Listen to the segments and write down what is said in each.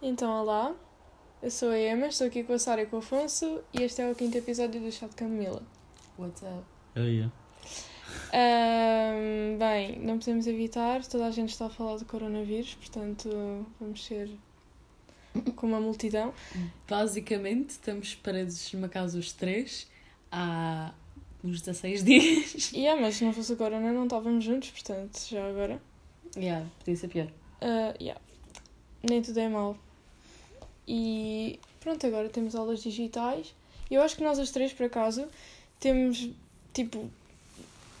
Então, olá, eu sou a Emma, estou aqui com a Sara e com o Afonso e este é o quinto episódio do Chá de Camomila. What's up? Aí, Ahm, bem, não podemos evitar, toda a gente está a falar do coronavírus, portanto vamos ser com uma multidão. Basicamente, estamos presos numa casa os três há uns 16 dias. E yeah, mas se não fosse o corona não estávamos juntos, portanto já agora. yeah, podia ser pior. Ah, yeah. Nem tudo é mau. E pronto, agora temos aulas digitais. Eu acho que nós os três, por acaso, temos tipo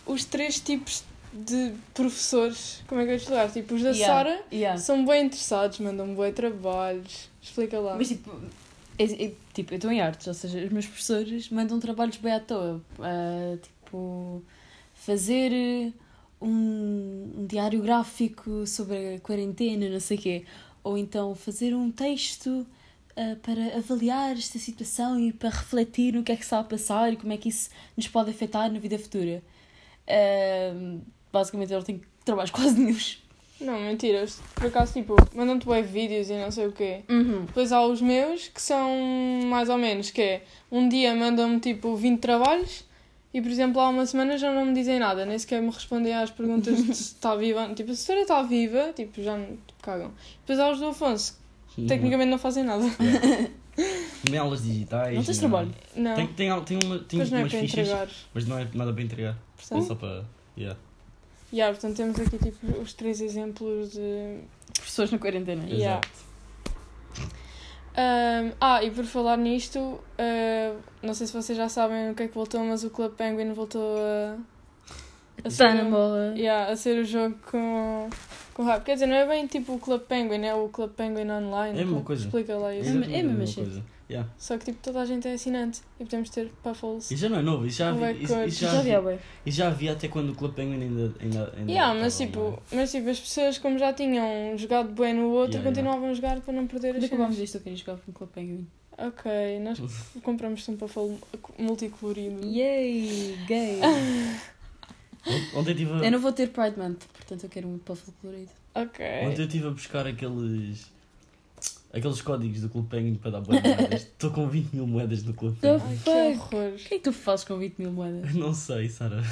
os três tipos de professores. Como é que eu ia explicar? Tipo, os da Sara Yeah. são bem interessados, mandam bem trabalhos. Explica lá. Mas tipo, é- é- tipo, eu estou em artes, ou seja, os meus professores mandam trabalhos bem à toa. Ah, tipo, fazer eh, um, um diário gráfico sobre a quarentena, não sei o quê. Ou então fazer um texto ah, para avaliar esta situação e para refletir no que é que está a passar e como é que isso nos pode afetar na vida futura. Ah, basicamente, eu não tenho trabalhos quase nenhums. Não, mentiras. Por acaso, tipo, mandam-te bem vídeos e não sei o quê. Uhum. Depois há os meus que são mais ou menos, que é um dia mandam-me tipo 20 trabalhos e por exemplo há uma semana já não me dizem nada, nem sequer me respondem às perguntas de se está viva, tipo, se a senhora está viva, tipo, já me tipo, cagam. Depois há os do Afonso, é que tecnicamente não fazem nada. Nem aulas digitais. Não tens nem trabalho? nada. Não, Tem, tem, al- tem, uma, tem depois não é umas para fichas, entregar. mas não é nada para entregar. É Portanto, só para. Yeah. yeah, portanto, temos aqui tipo os três exemplos de Professores na quarentena. Yeah. Exato. Ahm, ah, e por falar nisto, ah, não sei se vocês já sabem o que é que voltou, mas o Club Penguin voltou a. a Está na ser- um- bola. yeah, a ser o jogo com, com rap. Quer dizer, não é bem tipo o Club Penguin, é o Club Penguin Online. É a mesma Club- coisa. Explica lá isso. É- é a mesma shit. coisa. Yeah. Só que tipo, toda a gente é assinante e podemos ter puffles. Isso já não é novo, isso já, Não é havia, isso, cor. isso já, Já vi, havia, ah, bué. isso já havia até quando o Club Penguin ainda. ainda, ainda Yeah, mas, estava tipo, online. mas tipo, as pessoas como já tinham jogado bem no outro, Yeah, yeah. continuavam a jogar para não perder as Quando acabámos cenas. isto, eu queria jogar com o Club Penguin. Ok, nós compramos um puffle multicolorido. Yay, gay! é? Ont- Ontem tive eu a, não vou ter Pride Month, portanto eu quero um puffle colorido. Ok. ontem eu tive a buscar aqueles. Aqueles códigos do Club Penguin para dar boas moedas. Estou com 20 mil moedas do Club Tô- Penguin. Ai, que Fuck. horror. O que é que tu fazes com 20 mil moedas? Não sei, Sara.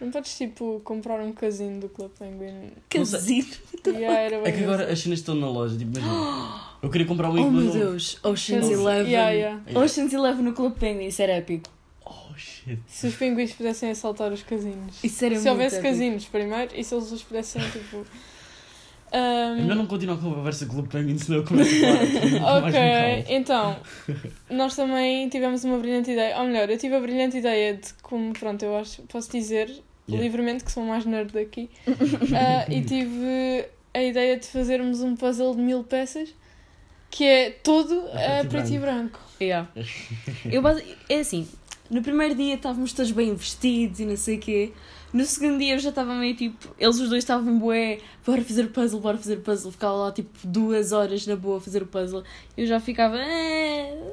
Não podes, tipo, comprar um casino do Club Penguin. Não sei. Casino! Yeah, era É bem que agora as cenas estão na loja, tipo, imagina. Eu queria comprar um Oh Iglo meu novo. Deus! Ocean's engraçado. Eleven! Yeah, yeah. Yeah. Ocean's Eleven no Club Penguin, isso era épico. Oh shit. Se os pinguins pudessem assaltar os casinos. Isso era se muito houvesse épico. casinos primeiro e se eles os pudessem, tipo. É É ahm, melhor não continuar com a conversa com o Penguin, senão eu começo a falar. assim, Ok, então, nós também tivemos uma brilhante ideia. Ou melhor, eu tive a brilhante ideia de como, pronto, eu acho, posso dizer Yeah. livremente que sou mais nerd daqui. Ah, e tive a ideia de fazermos um puzzle de mil peças que é todo É a preto e preto e branco. Yeah. Eu, base- é assim, no primeiro dia estávamos todos bem vestidos e não sei o quê. No segundo dia eu já estava meio tipo, eles os dois estavam bué, bora fazer puzzle, bora fazer puzzle. Ficava lá tipo duas horas na boa a fazer o puzzle. Eu já ficava, "Eh, eh",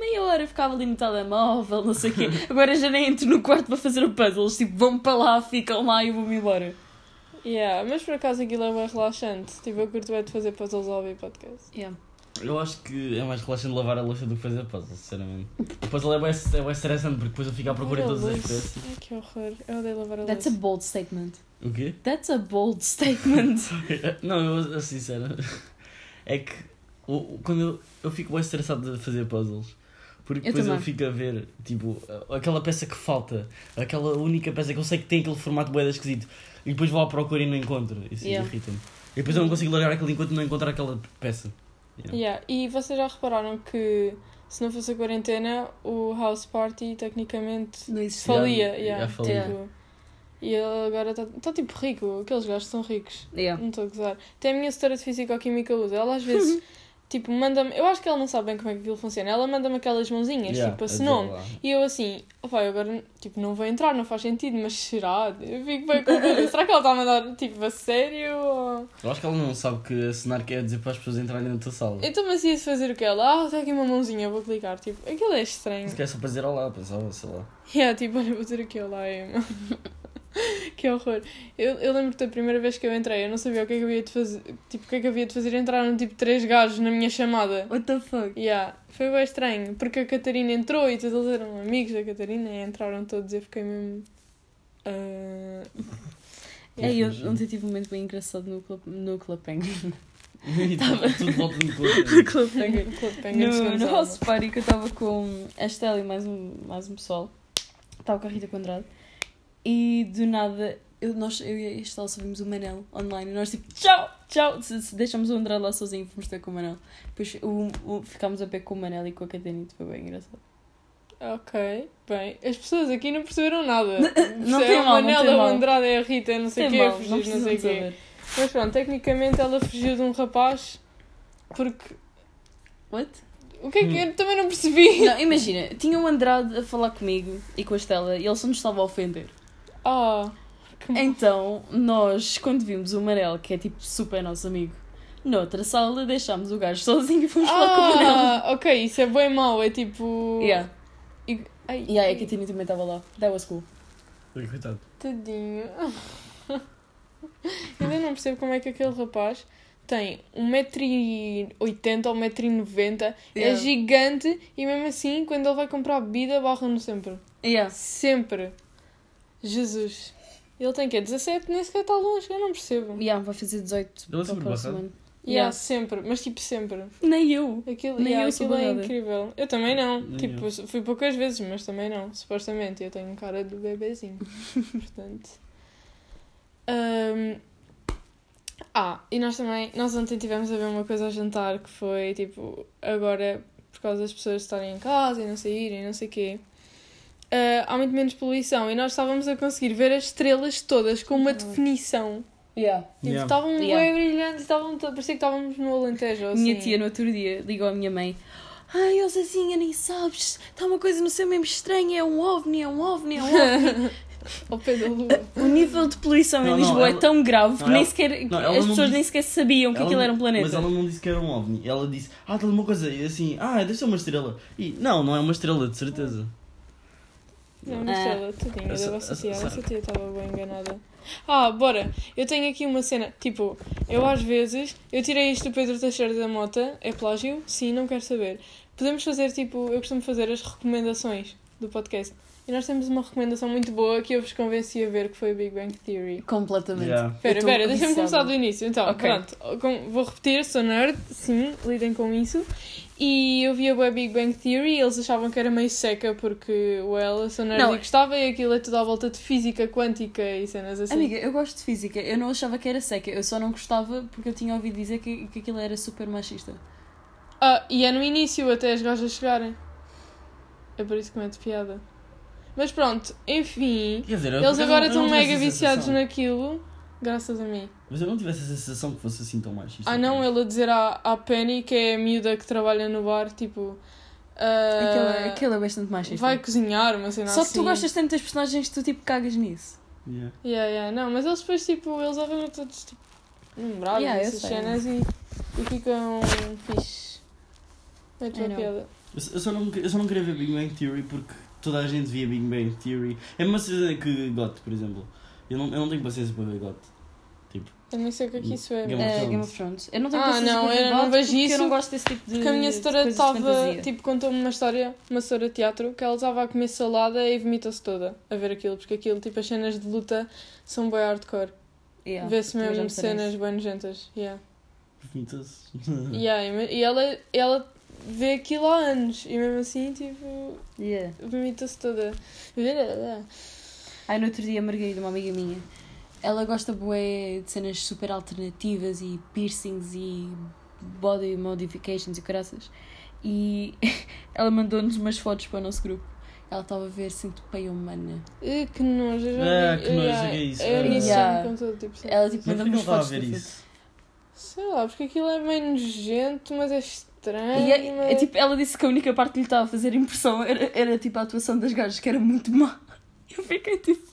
meia hora, ficava ali no telemóvel, não sei o quê. Agora já nem entro no quarto para fazer o puzzle. Eles tipo, vão para lá, ficam lá e eu vou-me embora. Yeah, mas por acaso aquilo é bem relaxante. Tipo, eu curto bem de fazer puzzles ao ouvir podcast. Yeah. Eu acho que é mais relaxante lavar a louça do que fazer puzzle, sinceramente. O puzzle é bem é bué stressante porque depois eu fico à procura em Ai, todas as Luís. peças. Ai, que horror. Eu odeio lavar a That's a louça. bold statement. O quê? That's a bold statement. Não, eu, eu sincero. É que o- o- quando eu, eu fico bem estressado de fazer puzzles. Porque Eu depois eu, também. fico a ver, tipo, a- aquela peça que falta, aquela única peça que eu sei que tem aquele formato boeda esquisito, e depois vou à procura e não encontro. Isso Yeah. irrita-me. E depois eu não consigo largar aquilo enquanto não encontrar aquela peça. Yeah. Yeah. E vocês já repararam que se não fosse a quarentena, o house party tecnicamente Não existe. Yeah, falia. Yeah, yeah, falia. Tipo, e ele agora está tá, tipo rico. Aqueles gajos são ricos. Yeah. Não estou a gozar. Até a minha setora de Físico-Química usa. Ela às vezes, tipo, manda-me... Eu acho que ela não sabe bem como é que aquilo funciona. Ela manda-me aquelas mãozinhas, Yeah, tipo, a esse dizer nome. lá. E eu assim, opa, eu agora tipo, não vou entrar, não faz sentido, mas será? Eu fico bem com dúvida. Será que ela está a mandar tipo a sério? Ou... Eu acho que ela não sabe que acenar quer dizer para as pessoas entrarem na tua sala. Então, mas ia-se fazer o que ela? Ah, está aqui uma mãozinha, vou clicar. Tipo, aquilo é estranho. Se quer só para dizer olá, pensava, sei lá. É, tipo, olha, vou ter aqui olá, Emma. é, Que horror. Eu, eu lembro-te da primeira vez que eu entrei, eu não sabia o que é que havia de fazer. Tipo, o que é que havia de fazer. Entraram tipo três gajos na minha chamada. What the fuck? Yeah, foi bem estranho, porque a Catarina entrou e todos eles eram amigos da Catarina e entraram todos e eu fiquei mesmo. ah, É, eu ontem tive um momento bem engraçado no Club, no Club Penguin. Tá Tava... Tudo volta no No corpo. Club Tenho- Clube Penguin No, no Descansado. house party que eu estava com a Estela e mais um, mais um pessoal. Estava com a Rita Condrado. E do nada, eu, nós, eu e a Estela subimos o Manel online. E nós tipo, tchau, tchau. Se- se Deixámos o Andrade lá sozinho e fomos ter com o Manel. Depois o, o- ficámos a pé com o Manel e com a Catarina. Foi bem engraçado. Ok, bem, as pessoas aqui não perceberam nada. Não é tem o mal, não Manel, tem é o mal. Andrade, é a Rita, é não sei o Tem quê, mal, a fugir, não, precisam sei o de quê. saber. Mas pronto, tecnicamente ela fugiu de um rapaz porque. What? O que é que eu também não percebi? Não, imagina, tinha o Andrade a falar comigo e com a Estela e ele só nos estava a ofender. Ah, que mal. Então, nós, quando vimos o Manel, que é tipo super nosso amigo, noutra sala, deixámos o gajo sozinho e fomos falar com o Manel. Ah, ok, isso é bem mau, é tipo. Yeah. é E- Ai, E aí, a Catarina também estava lá. That was cool. Ui, Coitado. Tadinho. Eu Ainda não percebo como é que aquele rapaz tem 1,80m ou 1,90m, é Yeah. gigante e mesmo assim, quando ele vai comprar bebida, barra-no sempre. Yeah. Sempre. Jesus. Ele tem que 17, nem sequer está longe, eu não percebo. Yeah, vai fazer 18 Ele é para o sempre próximo barrado. ano. E Yeah. yeah, sempre, mas tipo sempre. Nem eu. Aquilo, Nem yeah, eu sou aquilo é barrada. incrível. Eu também não. Nem tipo, fui poucas vezes, mas também não. Supostamente, eu tenho cara de bebezinho. Portanto. Ahm, Ah, e nós também, nós ontem tivemos a ver uma coisa ao jantar que foi tipo, agora por causa das pessoas estarem em casa e não saírem, e não sei o quê. ah, há muito menos poluição e nós estávamos a conseguir ver as estrelas todas com uma definição. Yeah. Tipo, Yeah. estavam Yeah. bem brilhantes, estavam, parecia que estávamos no Alentejo. ou Minha assim. tia, no outro dia, ligou à minha mãe. Ai, Elzazinha, nem sabes. Está uma coisa no céu mesmo estranha. É um ovni, é um ovni, é um ovni. Ao pé da lua. O nível de poluição Não, em não, Lisboa é ela- tão grave que não, nem ela- sequer, que não, ela as não pessoas disse- nem sequer sabiam que Ela aquilo não- era um planeta. Mas ela não disse que era um ovni. Ela disse, ah, tem uma coisa. E assim, ah, deve ser uma estrela. E não, não é uma estrela, de certeza. Não, é Ah. Marcela, tadinha da Essa- vossa essa- tia. A essa- vossa tia estava bem enganada. Ah, bora. Eu tenho aqui uma cena. Tipo, eu às vezes... Eu tirei isto do Pedro Teixeira da Mota. É plágio? Sim, não quero saber. Podemos fazer, tipo... Eu costumo fazer as recomendações do podcast. E nós temos uma recomendação muito boa que eu vos convenci a ver, que foi o Big Bang Theory. Completamente. Yeah. Espera, Eu tô espera, deixa-me viciada. começar do início. Então, Ok. pronto. Com- vou repetir, sou nerd, sim, lidem com isso. E eu via o Big Bang Theory e eles achavam que era meio seca porque, well, eu sou nerd Não. e gostava e aquilo é tudo à volta de física quântica e cenas assim. Amiga, eu gosto de física. Eu não achava que era seca. Eu só não gostava porque eu tinha ouvido dizer que, que aquilo era super machista. Ah, e é no início até as gajas chegarem. É por isso que mete piada. Mas pronto, enfim. Quer dizer, eu- Eles eu agora não- eu não estão tive mega essa viciados sensação. naquilo, graças a mim. Mas eu não tive essa sensação que fosse assim tão machista. Ah não, ele a dizer à, à Penny, que é a miúda que trabalha no bar, tipo... ah, Aquilo, é- aquilo é bastante machista. Vai cozinhar, uma cena só que assim. tu gostas tanto das personagens que tu tipo cagas nisso. Yeah. Yeah, yeah. Não, mas eles depois, tipo, eles arranjam todos, tipo, numerados, Yeah, eu essas sei. cenas e, e ficam fixe. É a tua I know. piada. Eu, eu só não, eu só não queria ver Big Bang Theory porque toda a gente via Big Bang Theory. É uma cena que GOT, por exemplo. Eu não, eu não tenho paciência para ver GOT. Eu nem sei o que é que isso é. Game mas- of É, Thrones. Game of Thrones. Eu não tenho Ah, paciência não, para eu ver não God vejo porque isso, Eu não gosto desse tipo de. Porque a minha de setora coisas de estava, fantasia. tipo, contou-me uma história, uma setora de teatro, que ela estava a comer salada e vomitou-se toda a ver aquilo, porque aquilo, tipo, as cenas de luta são bem hardcore. Yeah, Vê-se também já mesmo me parece. cenas bem nojentas. Yeah. Vomitou-se. Yeah, e me- e ela, ela vê aquilo há anos, e mesmo assim, tipo, Yeah. vomita-se toda. Ai, no outro dia, a Margarida, uma amiga minha, ela gosta bué de cenas super alternativas e piercings e body modifications e caraças. E ela mandou-nos umas fotos para o nosso grupo. Ela estava a ver centopeia humana. Eh, Que nojo, eu já Ah, vi. que eh, nojo, yeah. é isso. Eu Ah. isso Yeah. com todo tipo de- Ela tipo Mas por que ele mandou-nos estava a fotos. ver do grupo. isso? Sei lá, porque aquilo é meio nojento, mas é estranho. E é- é mas- tipo, ela disse que a única parte que lhe estava a fazer impressão era, era tipo a atuação das gajas, que era muito má. Eu fiquei tipo.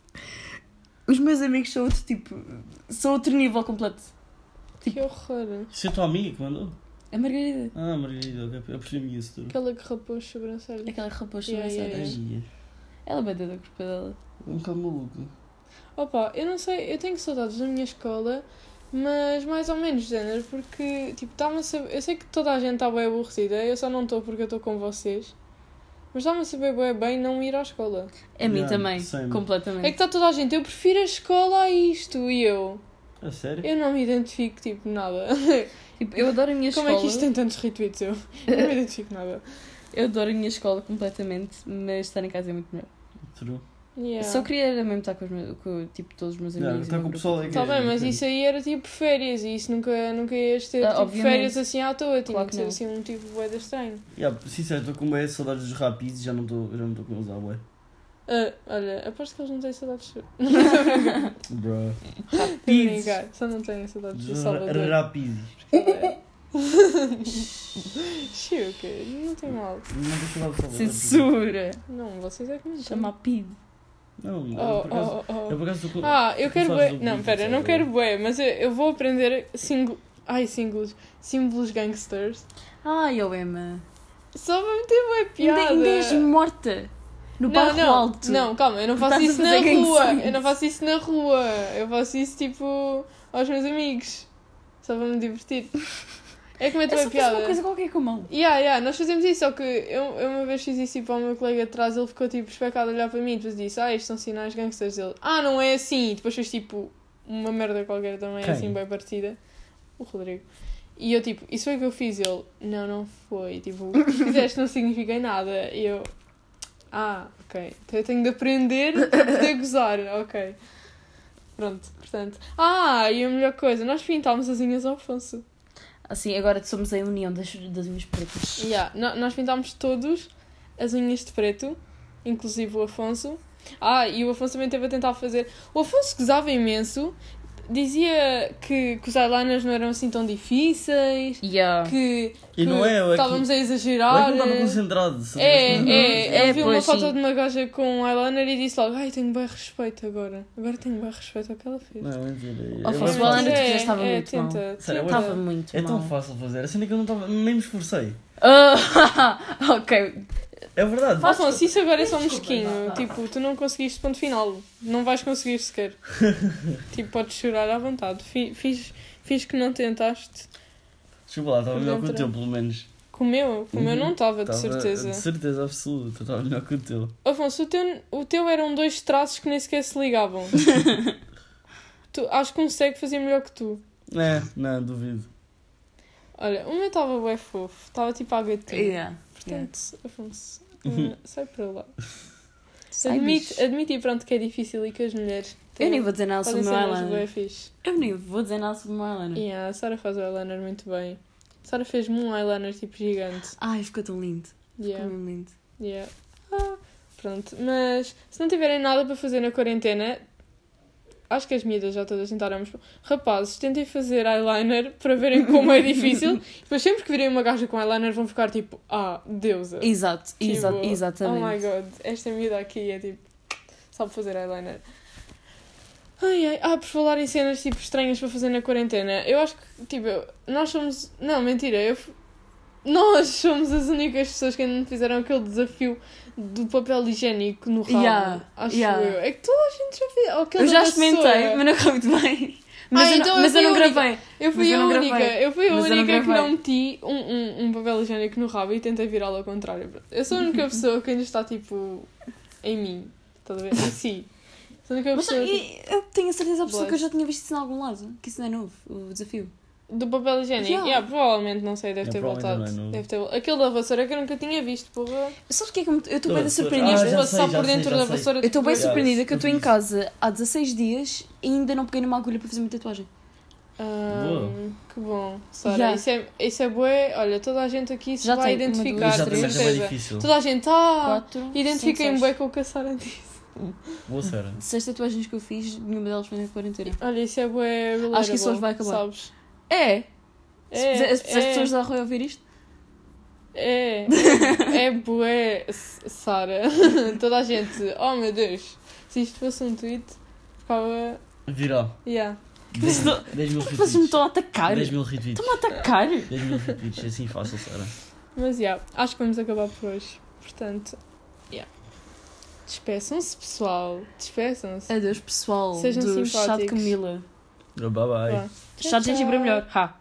Os meus amigos são outro tipo. São outro nível completo. Que tipo horror. Isso é a tua amiga que mandou? A Margarida. Ah, Margarida, ok, eu percebi isso tudo. Aquela que rapou as sobrancelhas. Aquela rapaz Yeah, yeah, sobrancelhas. yeah. Ai, Ela bateu da culpa dela. é um bocado maluco. Opa, eu não sei, eu tenho saudades da minha escola, mas mais ou menos, género, porque, tipo, dá-me a saber. Eu sei que toda a gente está bem aborrecida, eu só não estou porque eu estou com vocês. Mas dá-me a saber bem, bem não ir à escola. A mim Yeah, também, same. É que completamente. está toda a gente, eu prefiro a escola a isto, e eu. A É sério? Eu não me identifico, tipo, nada. Tipo, eu adoro a minha Como escola. é que isto tem tantos retweets? Eu não me identifico nada. Eu adoro a minha escola completamente, mas estar em casa é muito melhor. True. Yeah. Só queria era mesmo estar com, os meus, com tipo, todos os meus Yeah, amigos. estar e o com o meu pessoal grupo. é que Tá bem, mas diferente. isso aí era tipo férias e isso nunca, nunca ias ter Ah, tipo, obviamente. férias assim à toa, tinha que Claro que ser não. assim um tipo boeda estranho. Yeah, sincero, estou com bem saudades dos rapis e já não estou já não estou com eles à bué. Ah, olha, aposto que eles não têm saudades de Bro. brincar, só não têm saudades de Dos Salvador. É. rapizes. Chica, não tem mal. Não tenho saudades de Salvador. Censura! Não, vocês é que não têm. Chama a PID. Não, eu Oh, por acaso... oh, oh, Eu oh. por acaso estou com... Ah, eu tu quero sabes bué. ouvir Não, pera, eu não Salvador. quero bué, mas eu, eu vou aprender singles. Ai, singles. Símbolos gangsters. Ai, oh Emma. Só para meter bué piada. Ainda, ainda és morta. No não, bairro não, alto. Não, calma, eu não faço Estás a isso na fazer gang rua. signs. Eu não faço isso na rua. Eu faço isso tipo aos meus amigos. Só para me divertir. É que mete Eu uma só fiz piada. uma coisa qualquer com a mão. Yeah, yeah, nós fazemos isso, só que eu, eu uma vez fiz isso tipo, ao meu colega de trás, ele ficou tipo especado a olhar para mim e depois disse, ah, estes são sinais gangsters. Ele, ah, não é assim. E depois fez tipo uma merda qualquer também, Quem? assim, bem partida. O Rodrigo. E eu tipo, isso foi o que eu fiz. Ele, não, não foi. Tipo, o que fizeste não significa em nada. E eu, ah, ok. Então eu tenho de aprender para poder gozar, ok. Pronto, portanto. Ah, e a melhor coisa, nós pintámos as unhas ao Afonso. Assim, agora somos a união das, das unhas pretas. Yeah, no- nós pintámos todos as unhas de preto, inclusive o Afonso. Ah, e o Afonso também esteve a tentar fazer. O Afonso gozava imenso, dizia que, que os eyeliners não eram assim tão difíceis, Yeah. que, que E não é, eu é estávamos que... a Eu é exagerar. que não estava concentrado. se eu É, tivesse é, concentrado. É, ele viu uma pois, foto sim. de uma gaja com um eyeliner e disse logo: Ai, tenho bem respeito agora. Agora tenho bem respeito ao que ela fez. Não, mentira. eu- Oh, eu Afonso, Mas é o eyeliner fácil. que tu fizeste estava muito mal. tenta, Sério, tenta. Estava muito É mal. tão fácil fazer. A cena que eu não estava... Nem me esforcei. Ah, ok. É verdade. Afonso, isso agora é só Desculpa, mesquinho. vá, vá. Tipo, tu não conseguiste ponto final. Não vais conseguir sequer. tipo, podes chorar à vontade. Fi- Fiz, fiz que não tentaste. Desculpa lá, estava Por melhor que o dentro. teu, pelo menos. Comeu? Comeu Uhum. não estava, de Tava- certeza. De certeza absoluta, estava melhor que o teu. Afonso, o teu, o teu eram dois traços que nem sequer se ligavam. tu, acho que um segue fazia melhor que tu. É, não, duvido. Olha, o meu estava bem fofo. Estava tipo a gatinha. Yeah. Portanto, Afonso, Uhum. eh, sai para lá. Sai, Admite, bicho. admite e pronto que é difícil e que as mulheres Eu têm- nem vou dizer nada sobre podem o ser meu mais eyeliner. bué fixe. Eu nem vou dizer nada sobre o meu eyeliner. Yeah, a Sara faz o eyeliner muito bem. A Sara fez-me um eyeliner tipo gigante. Ai, ficou tão lindo. Ficou Yeah, mesmo lindo. yeah. Ah, pronto, mas se não tiverem nada para fazer na quarentena, acho que as miúdas já todas tentaram. mas, Rapazes, tentem fazer eyeliner para verem como é difícil. Depois, sempre que virem uma gaja com eyeliner, vão ficar tipo, ah, deusa. Exato, Tipo, exa Oh my exatamente. god, esta miúda aqui é tipo. Sabe fazer eyeliner. Ai, ai, ah, por falar em cenas tipo estranhas para fazer na quarentena, eu acho que, tipo, eu- nós somos. Não, mentira, eu. f- Nós somos as únicas pessoas que ainda não fizeram aquele desafio do papel higiênico no ralo. Yeah, acho yeah. eu. É que toda a gente já fez. ou aquele eu da já vassoura. experimentei, mas não correu muito bem. Mas, eu, então não, eu mas fui Ah, eu não a única. gravei. Eu fui Mas eu a não única, gravei. eu fui a Mas eu não única que gravei. não meti um, um, um papel higiênico no rabo e tentei virá-lo ao contrário. Eu sou a única pessoa que ainda está tipo em mim, estás a ver? Em si. Sou a única Mas pessoa tipo, e- eu tenho a certeza absoluta que eu Blush. já tinha visto isso em algum lado. Que isso não é novo, o desafio. do papel higiênico. Yeah. Yeah, provavelmente, não sei, deve É, ter provavelmente voltado. não é novo. Deve ter... vol- Aquele da vassoura que eu nunca tinha visto, porra. Sabes o que é que eu me- eu estou Ah, bem sou- Tinha surpreendida? já ah, sei, só já por sei, dentro já da sei. vassoura. eu estou bem Yeah, surpreendida que eu eu estou vi em isso. casa há 16 dias e ainda não peguei numa agulha para fazer uma tatuagem. Ah, Boa. que bom, Sara. Yeah. Isso, é, isso é bué. Olha, toda a gente aqui se Já vai tem uma, duas, identificar, Claro, de três. Exatamente, é mais certeza. difícil. Toda a gente, ah, Quatro. identifiquem-me cinco, bué seis. com o que a Sara disse. Boa, Sara. um Seis tatuagens que eu fiz, nenhuma delas foi na quarentena. Olha, isso é bué Acho que isso hoje relatable, vai acabar. Sabes? É! É, se, se as é, pessoas da rua ouvir isto, É, é bué, S- Sara. Toda a gente, oh meu Deus, se isto fosse um tweet, ficava. Viral. Yeah. 10 mil vocês me retweets. estão a atacar. 10 Estão-me mil retweets. a atacar. 10 mil retweets, assim fácil, Sara. Mas yeah, acho que vamos acabar por hoje. Portanto, yeah. Despeçam-se, pessoal. Despeçam-se. Adeus, pessoal. Sejam do chá de simpáticos. Camila. Bye bye. Vá. Chá de gengibre é melhor. Ha.